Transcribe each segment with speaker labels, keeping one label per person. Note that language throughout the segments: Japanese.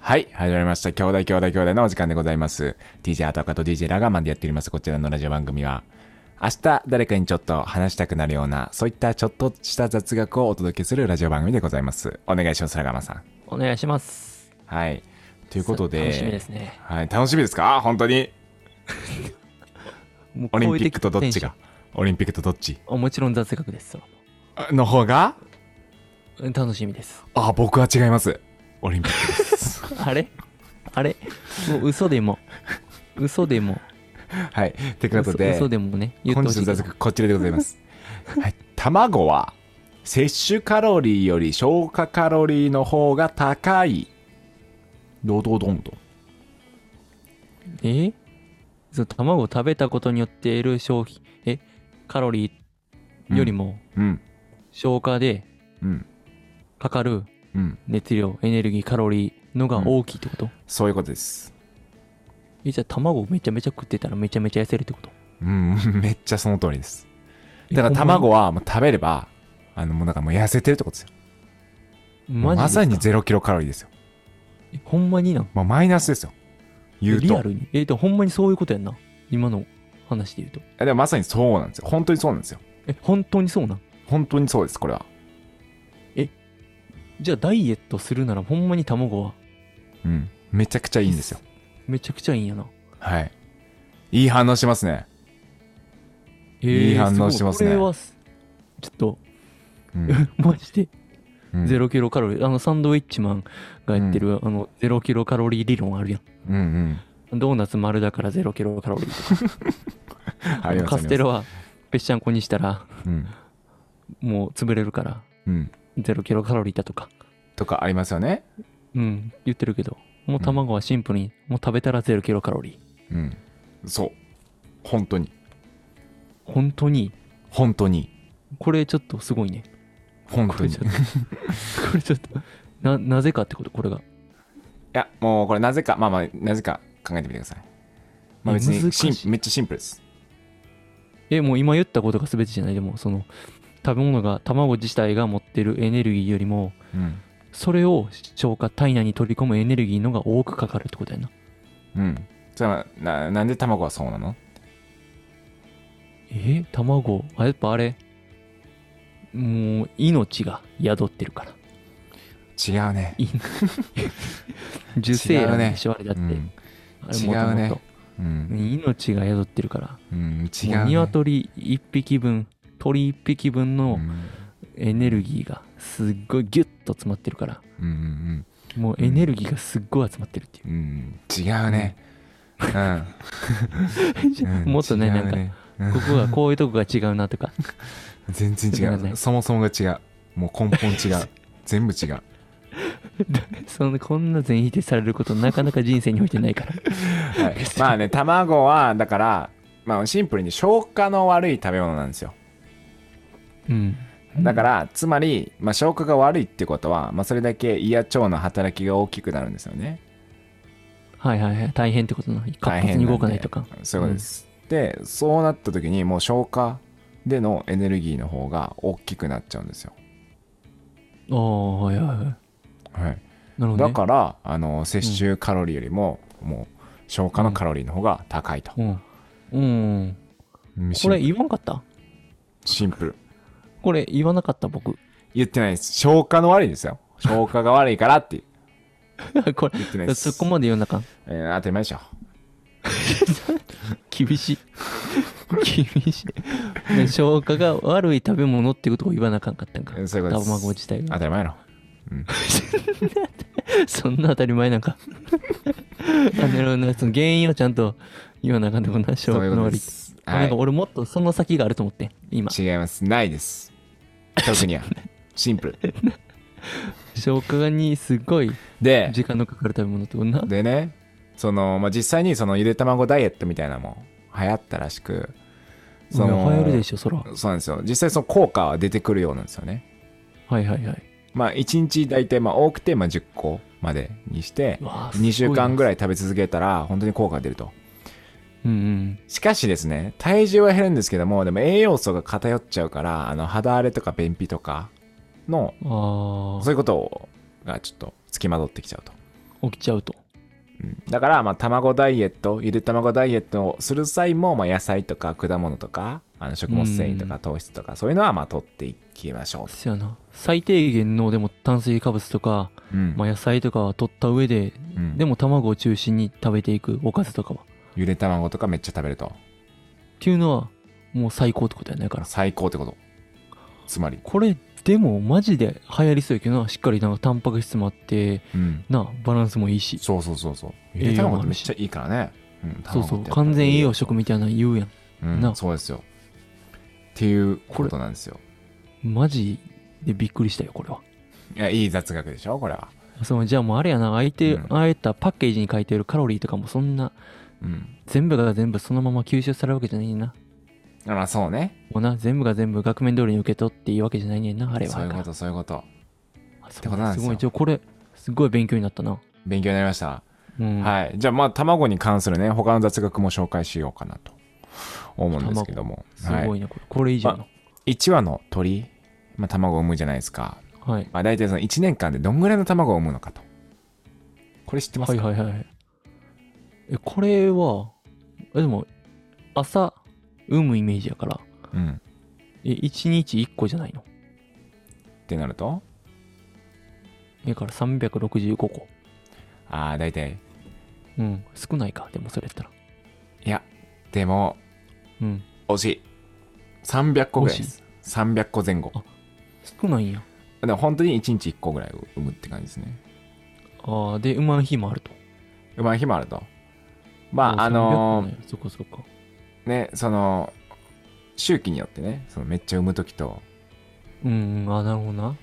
Speaker 1: はい、始まりました。兄弟兄弟兄弟のお時間でございます。DJ アタカと DJ ラガーマンでやっております、こちらのラジオ番組は。明日、誰かにちょっと話したくなるような、そういったちょっとした雑学をお届けするラジオ番組でございます。お願いします、ラガーマンさん。
Speaker 2: お願いします。
Speaker 1: はい。と
Speaker 2: と
Speaker 1: いうことで、
Speaker 2: 楽しみですね。
Speaker 1: はい、楽しみですか本当に。
Speaker 2: もう
Speaker 1: オリ
Speaker 2: 超
Speaker 1: ン
Speaker 2: え
Speaker 1: ピ
Speaker 2: て
Speaker 1: ッ
Speaker 2: き
Speaker 1: ク
Speaker 2: た
Speaker 1: とどっ
Speaker 2: テ
Speaker 1: ち
Speaker 2: ンション
Speaker 1: が。オリンピックとどっち
Speaker 2: あもちろん雑学です。それ
Speaker 1: の方が
Speaker 2: うん楽しみです。
Speaker 1: あ、僕は違います。オリンピック です。
Speaker 2: あれあれもう嘘でも、嘘でも、
Speaker 1: はい。というこ
Speaker 2: 嘘
Speaker 1: とで、
Speaker 2: 嘘でもね、言っ
Speaker 1: 本
Speaker 2: てほ
Speaker 1: 日
Speaker 2: し
Speaker 1: の
Speaker 2: いけ
Speaker 1: 雑
Speaker 2: ど。
Speaker 1: 学こちらでございます、 はい、卵は摂取カロリーより消化カロリーの方が高いどどどんと
Speaker 2: えその卵を食べたことによって得る消費、えカロリーよりも
Speaker 1: うん
Speaker 2: 消化で
Speaker 1: うん
Speaker 2: かかる
Speaker 1: うん
Speaker 2: 熱量、エネルギー、カロリーのが大きいってこと、
Speaker 1: そういうことです
Speaker 2: えじゃあ卵をめちゃめちゃ食ってたらめちゃめちゃ痩せるってこと
Speaker 1: うん めっちゃその通りです
Speaker 2: え
Speaker 1: だから
Speaker 2: ほん
Speaker 1: 卵はもう食べればあのもうなんかもう痩せてるってことですよも
Speaker 2: ま
Speaker 1: う
Speaker 2: にマ
Speaker 1: ま
Speaker 2: ジで
Speaker 1: さに
Speaker 2: すか
Speaker 1: ゼロキロカロリーですよ
Speaker 2: えほんまになん
Speaker 1: もうマイナスですよ言う
Speaker 2: リア
Speaker 1: と
Speaker 2: ルにえっとほんまにそういうことやんな今の話で言うと
Speaker 1: でもまさにそうなんですよ本当にそうなんですよ
Speaker 2: え本当にそうなん
Speaker 1: 本当にそうですこれは
Speaker 2: じゃあダイエットするならほんまに卵は
Speaker 1: うんめちゃくちゃいいんですよ
Speaker 2: めちゃくちゃいいんやな
Speaker 1: はいいい反応しますね
Speaker 2: え
Speaker 1: いい反応しますね
Speaker 2: ごいこれはすちょっと
Speaker 1: うん、
Speaker 2: マジで
Speaker 1: うん
Speaker 2: ゼロキロカロリーあのサンドウィッチマンがやってる、あのゼロキロカロリー理論あるや
Speaker 1: うんうん。
Speaker 2: んドーナツ丸だからゼロキロカロ リーとか
Speaker 1: あります
Speaker 2: カステラはぺっしゃんこにしたら
Speaker 1: あります
Speaker 2: もう潰れるから
Speaker 1: うん。うん。
Speaker 2: ゼロキロカロリーだとか
Speaker 1: とかありますよね。
Speaker 2: うん言ってるけどもう卵はシンプルに、もう食べたらゼロキロカロリー
Speaker 1: うん。そう。本当に。
Speaker 2: 本当に
Speaker 1: 本当に。
Speaker 2: これちょっとすごいね
Speaker 1: 本
Speaker 2: こ
Speaker 1: 当
Speaker 2: れ
Speaker 1: に。い
Speaker 2: ちょっとこれちょっとななぜかってことこれが
Speaker 1: や、もうこれなぜか、まあまあ、なぜか考えてみてください。まあ別
Speaker 2: 難
Speaker 1: に
Speaker 2: しい
Speaker 1: シン、めっちゃシンプルです。
Speaker 2: えもう今言ったことが全てじゃないでもその食べ物が卵自体が持ってるエネルギーよりも
Speaker 1: うん。
Speaker 2: それを消化体内に取り込むエネルギーのが多くかかるってことやな
Speaker 1: うん。じゃあ、ななんで卵はそうなの
Speaker 2: え卵あやっぱあれもう命が宿ってるから
Speaker 1: 違うね。
Speaker 2: 受精卵
Speaker 1: 違うね
Speaker 2: でしょあれだっ
Speaker 1: う
Speaker 2: て、
Speaker 1: ん。
Speaker 2: あれもと
Speaker 1: 違う
Speaker 2: も
Speaker 1: ね
Speaker 2: と
Speaker 1: うん。
Speaker 2: 命が宿ってるから
Speaker 1: うん、違う、
Speaker 2: も
Speaker 1: ね。
Speaker 2: う鶏1匹分鳥1匹分
Speaker 1: う
Speaker 2: の
Speaker 1: ん。
Speaker 2: エネルギーがすっごいギュッと詰まってるから
Speaker 1: うんうん
Speaker 2: もうエネルギーがすっごい集まってるっていう
Speaker 1: うん。うん。違うね。うん。うん
Speaker 2: もっとね
Speaker 1: 違う
Speaker 2: なんか
Speaker 1: うん
Speaker 2: こ こがこういうとこが違うなとか
Speaker 1: 全然違
Speaker 2: ごめ
Speaker 1: う、
Speaker 2: んなさい
Speaker 1: そもそもが違うもう根本違う全部違う
Speaker 2: そのこんな全否定されることなかなか人生においてないから
Speaker 1: はい、ま あね卵はだから、まあ、シンプルに消化の悪い食べ物なんですよ
Speaker 2: うん
Speaker 1: だからつまり、まあ、消化が悪いってことは、まあ、それだけ胃や腸の働きが大きくなるんですよね
Speaker 2: はいはいはい大変ってことなの活
Speaker 1: 大
Speaker 2: 発
Speaker 1: 変
Speaker 2: に
Speaker 1: んで
Speaker 2: 動かないとか
Speaker 1: そういうことです、でそうなった時にもう消化でのエネルギーの方が大きくなっちゃうんですよ、
Speaker 2: ああはいはいはい
Speaker 1: はい、
Speaker 2: なるほど、
Speaker 1: だ
Speaker 2: ね、
Speaker 1: からあの摂取カロリーよりも、もう消化のカロリーの方が高いと、
Speaker 2: うん、うん、
Speaker 1: うんシ
Speaker 2: こ
Speaker 1: ン
Speaker 2: れ言わんかった
Speaker 1: シンプル
Speaker 2: これ言わなかった僕
Speaker 1: 言ってないです。消化の悪いですよ。消化が悪いからって
Speaker 2: こ
Speaker 1: 言ってないで
Speaker 2: れ
Speaker 1: す。
Speaker 2: そこまで言わなあかん
Speaker 1: えー当たり前でしょ。
Speaker 2: 厳しい 厳しいね消化が悪い食べ物ってことを言わなあかんかったんか
Speaker 1: うんそういうことです
Speaker 2: 卵自体
Speaker 1: 当
Speaker 2: が
Speaker 1: たり前の。うん、
Speaker 2: そんな当たり前なんか あなるほどなその原因をちゃんと言わなあかんでもな
Speaker 1: そ
Speaker 2: 消
Speaker 1: う
Speaker 2: 化
Speaker 1: いうこ
Speaker 2: の
Speaker 1: と
Speaker 2: 悪
Speaker 1: で
Speaker 2: い
Speaker 1: す。
Speaker 2: な
Speaker 1: は
Speaker 2: んか
Speaker 1: い、
Speaker 2: 俺もっとその先があると思って今
Speaker 1: 違います。ないです。特 には。シンプル。
Speaker 2: 消化にすごい
Speaker 1: で、
Speaker 2: 時間のかかる食べ物って女
Speaker 1: でね、その、まあ、実際にそのゆで卵ダイエットみたいなのも流行ったらしく、その、
Speaker 2: 流行るでしょそら
Speaker 1: そうなんですよ。実際その効果は出てくるようなんですよね。
Speaker 2: はいはいはい
Speaker 1: まあ、1日大体、まあ、多くて、まあ、10個までにして、
Speaker 2: わあ
Speaker 1: 2週間ぐ
Speaker 2: らい
Speaker 1: らい食べ続けたら、本当に効果が出ると。
Speaker 2: なうん
Speaker 1: しかしですね、体重は減るんですけども、でも栄養素が偏っちゃうから、あの肌荒れとか便秘とかの、
Speaker 2: うんあ
Speaker 1: そういうことがちょっと付きまとってきちゃうと。
Speaker 2: あ起きちゃうと。
Speaker 1: だから、まあ、卵ダイエット、ゆで卵ダイエットをする際も、まあ、野菜とか果物とか、あの食物繊維と
Speaker 2: う
Speaker 1: か糖質とか、そういうのは、まあ、取っていきましょ
Speaker 2: そやな。最低限のでも炭水化物とか、
Speaker 1: う。うん。
Speaker 2: まあ、野菜とかは取った上で、
Speaker 1: うん
Speaker 2: でも卵を中心に食べていくおかずとかは。っ
Speaker 1: ゆで卵とかめっちゃ食べると。
Speaker 2: ていうのは、もう最高ってことやないから。
Speaker 1: 最高ってこと。つまり。
Speaker 2: これ、でもマジで流行りそうやけどな。しっかりなんかタンパク質もあって、
Speaker 1: うん。
Speaker 2: な、バランスもいいし。
Speaker 1: そうそうそうそう。ゆ
Speaker 2: 栄
Speaker 1: で
Speaker 2: 養
Speaker 1: 卵
Speaker 2: もあ
Speaker 1: って
Speaker 2: る
Speaker 1: めっ
Speaker 2: し
Speaker 1: ちゃいいからね。うん、
Speaker 2: そうそ
Speaker 1: 卵って
Speaker 2: う。
Speaker 1: やっぱり
Speaker 2: 完全栄養食みたいなの言うやん。
Speaker 1: う、
Speaker 2: なん
Speaker 1: そうですよ。っていうことなんですよ。
Speaker 2: マジでびっくりしたよ、これは。
Speaker 1: いや、いい雑学でしょ、これは。
Speaker 2: そのじゃあもうあれやな、相手、
Speaker 1: うん
Speaker 2: あえたパッケージに書いてるカロリーとかもそんな、
Speaker 1: うん。
Speaker 2: 全部が全部そのまま吸収されるわけじゃないな。
Speaker 1: まあ、そうね。
Speaker 2: もうな、全部が全部額面通りに受け取っていいわけじゃないねんな、あれは。
Speaker 1: そういうこと、そういうこと。
Speaker 2: あそう
Speaker 1: てことなんですよ
Speaker 2: ごい、じゃあこれ、すごい勉強になったな。
Speaker 1: 勉強になりました。
Speaker 2: うん。
Speaker 1: はい。じゃあ、まあ、卵に関するね、他の雑学も紹介しようかなと思うんですけども。
Speaker 2: す
Speaker 1: は
Speaker 2: ご
Speaker 1: い。
Speaker 2: いね、これ。これ以上の。
Speaker 1: 1羽の鳥、まあ、卵を産むじゃないですか。
Speaker 2: はい。
Speaker 1: まあ、大体その1年間でどんぐらいの卵を産むのかと。これ知ってます
Speaker 2: はい
Speaker 1: か、
Speaker 2: はいはい。え、これは、え、でも、朝、産むイメージやから、
Speaker 1: うん。
Speaker 2: え、1日1個じゃないの。
Speaker 1: ってなると、
Speaker 2: だから365個。
Speaker 1: ああ、大体。
Speaker 2: うん。少ないか、でもそれやったら。
Speaker 1: いや、でも、
Speaker 2: うん。
Speaker 1: 惜しい。300個ぐらいです。300個前後。
Speaker 2: 少ないんや。
Speaker 1: でも本当に1日1個ぐらい産むって感じですね。
Speaker 2: ああ、で、馬の日もあると。
Speaker 1: 産まい日もあると。まあ、あ
Speaker 2: ー
Speaker 1: の
Speaker 2: 300個ねそこそこ。
Speaker 1: ーね、その、周期によってね、そのめっちゃ産むときと、
Speaker 2: うん、うんあ、なるほどな。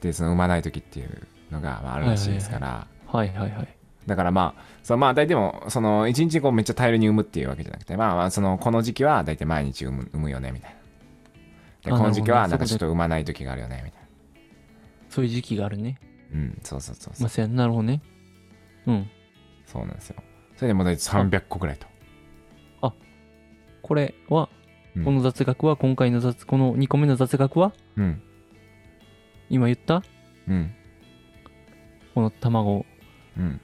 Speaker 1: でその産まない時っていうのがまああるらしいですから、
Speaker 2: はいはいはい。
Speaker 1: だからまあそのまあ大体もその一日こうめっちゃ大量に産むっていうわけじゃなくてまあまあそのこの時期は大体毎日産む産むよねみたいなで
Speaker 2: あ
Speaker 1: この時期は
Speaker 2: な
Speaker 1: な
Speaker 2: るほどね
Speaker 1: んかちょっ
Speaker 2: そ
Speaker 1: と産まない時があるよねみたい
Speaker 2: そういう時期があるね。
Speaker 1: なうんそうそうそうそう
Speaker 2: まあ、せやなるほどね。うん。
Speaker 1: そうなんですよそれでもう大体300個ぐらいと
Speaker 2: これは
Speaker 1: うん、
Speaker 2: この雑学は、今回の雑、この2個目の雑学は、
Speaker 1: うん
Speaker 2: 今言った、
Speaker 1: うん
Speaker 2: この卵
Speaker 1: うん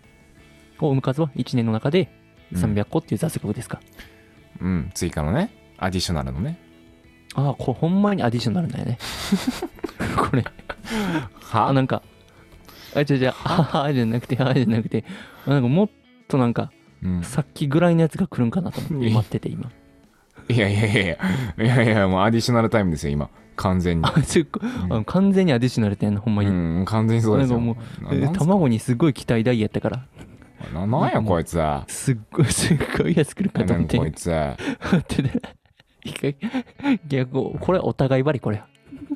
Speaker 2: を産む数は1年の中で
Speaker 1: うん
Speaker 2: 300個っていう雑学ですか。
Speaker 1: うん追加のねアディショナルのね
Speaker 2: ああ、これほんまにアディショナルなんや ね。これ、あ、
Speaker 1: は
Speaker 2: なんか、あ、違う違う、ああじゃなくて、ああじゃなくて、なんかもっとなんか、
Speaker 1: うん
Speaker 2: さっきぐらいのやつが来るんかなと思って
Speaker 1: うん
Speaker 2: 待ってて今。
Speaker 1: いやいやいやいやいやいやもうアディショナルタイムですよ今完全に
Speaker 2: あ、 すっごいあの完全にアディショナルってやんのほんま
Speaker 1: う
Speaker 2: に。
Speaker 1: ん完全にそうですよ
Speaker 2: なんか
Speaker 1: な
Speaker 2: え
Speaker 1: なんすか
Speaker 2: 卵にすごい期待大やったから、
Speaker 1: ななんやこいつは
Speaker 2: すっごい、 すっごいやつ来るか
Speaker 1: な
Speaker 2: と思っ
Speaker 1: ん
Speaker 2: て
Speaker 1: こい、つ。や
Speaker 2: 待ってて。 一回逆、これはお互い割り、これ。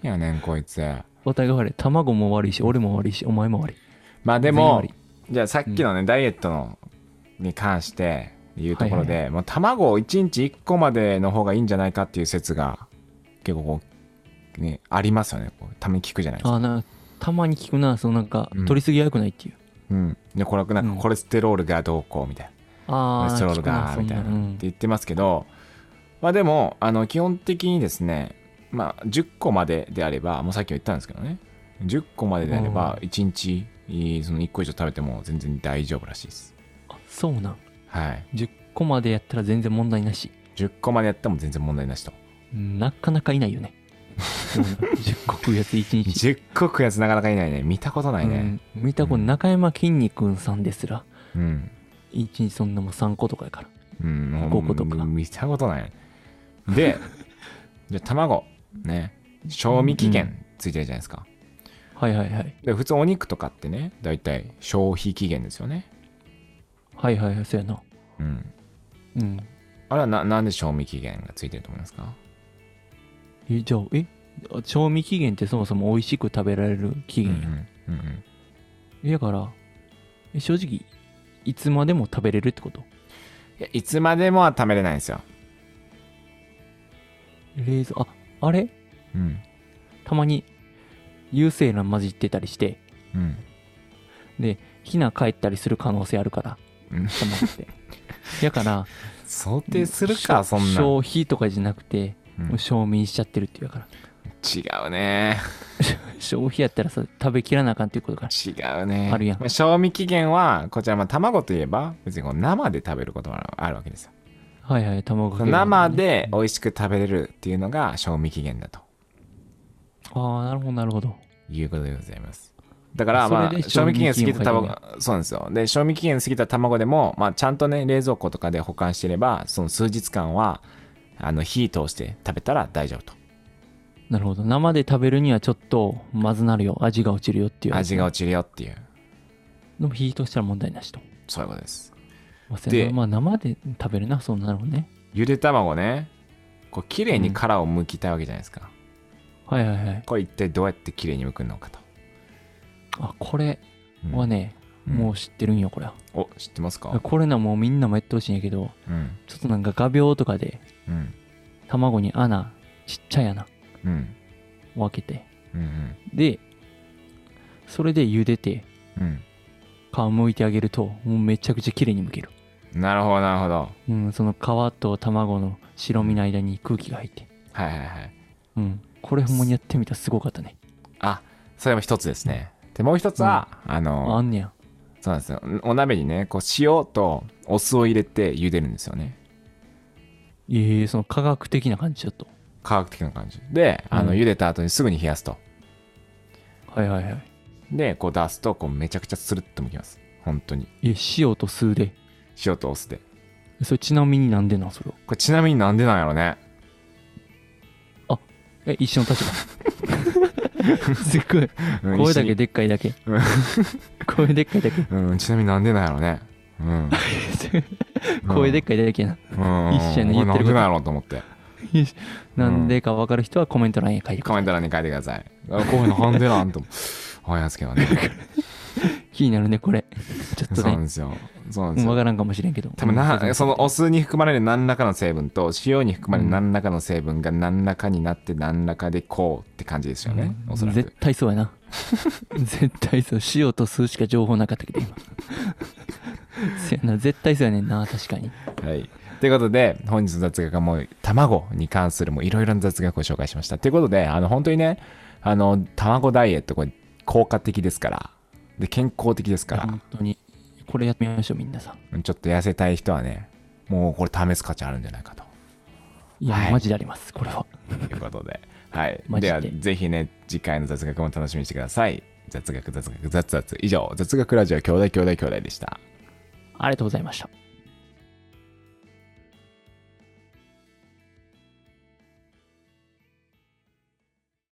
Speaker 1: ねんこいつ。
Speaker 2: お互い割り。卵も悪いし、俺も悪いし、お前も悪い。
Speaker 1: まあで
Speaker 2: 全員
Speaker 1: も
Speaker 2: 悪い、
Speaker 1: じゃあさっきのね、ダイエットのに関していうところで、もう卵を1日1個までの方がいいんじゃないかっていう説が結構こう、ね、ありますよね。こうたまに聞くじゃないです
Speaker 2: あ
Speaker 1: か。
Speaker 2: あ、な、たまに聞くな、そのなんか
Speaker 1: うん、
Speaker 2: 取りすぎは良くないってい
Speaker 1: う
Speaker 2: う。
Speaker 1: ん。で、これなん
Speaker 2: うん
Speaker 1: かコレステロールがどうこうみたいな。コ
Speaker 2: ああ、
Speaker 1: レステロールが
Speaker 2: 聞く
Speaker 1: みたいなっ
Speaker 2: そんうん
Speaker 1: て言ってますけど、まあでも、あの、基本的にですね、まあ10個までであれば、もうさっきも言ったんですけどね、10個までであれば、1日、いいその1個以上食べても全然大丈夫らしいです。
Speaker 2: あそうなん。
Speaker 1: はい。
Speaker 2: 10個までやったら全然問題なし。
Speaker 1: 10個までやっても全然問題なしと。
Speaker 2: なかなかいないよね。うん10個食うやつ1日。
Speaker 1: 10個食うやつなかなかいないね。見たことないね。
Speaker 2: うん見たこと、中山きんに君さんですら、
Speaker 1: うん。
Speaker 2: 1日そんなもん3個とかやから。
Speaker 1: うん。もう
Speaker 2: 五個とか
Speaker 1: 見たことない。 で、じゃあ卵、ね、賞味期限ついてるじゃないですか。
Speaker 2: はいはいはい。
Speaker 1: で普通お肉とかってね、だいたい消費期限ですよね。
Speaker 2: はいはいはい、そうやな。
Speaker 1: うん。
Speaker 2: うん。
Speaker 1: あれはななんで賞味期限がついてると思いますか
Speaker 2: え、じゃあ、えあ賞味期限ってそもそも美味しく食べられる期
Speaker 1: うん
Speaker 2: 限や。
Speaker 1: うんうん
Speaker 2: えだから、え正直、いつまでも食べれるってこと
Speaker 1: いやいつまでもは食べれないんですよ。
Speaker 2: 冷蔵、あ、あれ
Speaker 1: うん。
Speaker 2: たまに、有精卵混じってたりして、
Speaker 1: うん。
Speaker 2: で、ひな帰ったりする可能性あるから、
Speaker 1: うん
Speaker 2: 卵って。やから、
Speaker 1: 想定するか、そんな
Speaker 2: 消
Speaker 1: ん。
Speaker 2: 消費とかじゃなくて、
Speaker 1: うん
Speaker 2: もう消費しちゃってるっていうやから。
Speaker 1: 違うね
Speaker 2: 消費やったらさ食べきらなあかんっていうことか
Speaker 1: 違うね
Speaker 2: あるやん
Speaker 1: ま賞味期限はこちらまあ卵といえば別にこう生で食べることがあるわけですよ
Speaker 2: はいはい卵かけご飯ね
Speaker 1: 生で美味しく食べれるっていうのが賞味期限だと
Speaker 2: ああなるほどなるほど
Speaker 1: いうことでございますだからま
Speaker 2: それ
Speaker 1: あ
Speaker 2: で
Speaker 1: 賞味期限過ぎた
Speaker 2: 賞味期限を書い
Speaker 1: 卵そうなんですよで賞味期限過ぎた卵でもまあちゃんとね冷蔵庫とかで保管してればその数日間はあの火通して食べたら大丈夫と
Speaker 2: なるほど生で食べるにはちょっとまずなるよ味が落ちるよっていう
Speaker 1: 味が落ちるよっていう
Speaker 2: でも火通したら問題なしと
Speaker 1: そういうことです
Speaker 2: まあせ
Speaker 1: で
Speaker 2: やなまあ生で食べるなそうなるほどね
Speaker 1: ゆで卵ねこう綺麗に殻を剥きたいわけじゃないですか、
Speaker 2: はいはいはい
Speaker 1: これ一体どうやって綺麗に剥くのかと、
Speaker 2: あこれ
Speaker 1: うん
Speaker 2: はね、
Speaker 1: うん
Speaker 2: もう知ってるんよこれは
Speaker 1: お知ってますか
Speaker 2: これなもうみんなもやってほしいんやけど
Speaker 1: うん
Speaker 2: ちょっとなんか画鋲とかで
Speaker 1: うん
Speaker 2: 卵に穴ちっちゃい穴
Speaker 1: うん
Speaker 2: を開けて
Speaker 1: うん
Speaker 2: でそれで茹でて
Speaker 1: うん
Speaker 2: 皮剥いてあげるともうめちゃくちゃ綺麗に剥ける
Speaker 1: うんなるほどなるほど
Speaker 2: うんその皮と卵の白身の間に空気が入って
Speaker 1: はいはいはい
Speaker 2: うんこれほんまにやってみたらすごかったね
Speaker 1: あそれも一つですねでもう一つは、あ
Speaker 2: あ
Speaker 1: の
Speaker 2: あんねや
Speaker 1: そうなんですよお鍋にねこう塩とお酢を入れて茹でるんですよね
Speaker 2: ええその科学的な感じちょっと
Speaker 1: 科学的な感じであの
Speaker 2: うん
Speaker 1: 茹でた後にすぐに冷やすと
Speaker 2: はいはいはい
Speaker 1: でこう出すとこうめちゃくちゃスルッと剥きます本当に
Speaker 2: え塩と酢で
Speaker 1: 塩とお酢で
Speaker 2: それちなみになんでなんそれは
Speaker 1: これちなみになんでなんやろね
Speaker 2: え一緒の立 場すっごい
Speaker 1: うん
Speaker 2: 声だ
Speaker 1: 一緒
Speaker 2: け
Speaker 1: に
Speaker 2: でっかいだけ
Speaker 1: う
Speaker 2: 声でっかいだけ
Speaker 1: うんちなみになんでなんやろね うん、
Speaker 2: 声でっかいだけやな
Speaker 1: うん、
Speaker 2: 一緒に
Speaker 1: これ
Speaker 2: 言ってるこ
Speaker 1: なんで
Speaker 2: と
Speaker 1: なんやろうと思って
Speaker 2: なんでか分かる人はコメント欄へ書いてく
Speaker 1: コメ
Speaker 2: ださい
Speaker 1: ント欄に書いてください。あこういうのなんでなん と思いますけどね。
Speaker 2: 気になるねこれちょっ
Speaker 1: そ
Speaker 2: と
Speaker 1: うなん
Speaker 2: ね
Speaker 1: ですよ。そうなんです
Speaker 2: 分
Speaker 1: よ。
Speaker 2: からんかもしれんけど
Speaker 1: 多分な、そのお
Speaker 2: す
Speaker 1: 酢に含まれる何らかの成分と塩に含まれる何らかの成分が何らかになって何らかでこうって感じですよね。おそら
Speaker 2: 絶
Speaker 1: く。
Speaker 2: 対そう やな絶対そう塩と酢しか情報なかったけど今せやな絶対そうやねんな確かに
Speaker 1: はい。ということで、本日の雑学はもう卵に関するもいろいろな雑学を紹介しました。ということで、あの本当にね、あの卵ダイエットこれ効果的ですから、で健康的ですから、
Speaker 2: 本当にこれやってみましょうみんなさん
Speaker 1: ちょっと痩せたい人はね、もうこれ試す価値あるんじゃないかと。
Speaker 2: いや、
Speaker 1: はい
Speaker 2: マジでありますこれは
Speaker 1: ということで、はい、
Speaker 2: マジ
Speaker 1: で
Speaker 2: で
Speaker 1: はぜひね次回の雑学も楽しみにしてください雑学雑学雑雑以上雑学ラジオ兄弟兄弟兄弟でした
Speaker 2: ありがとうございました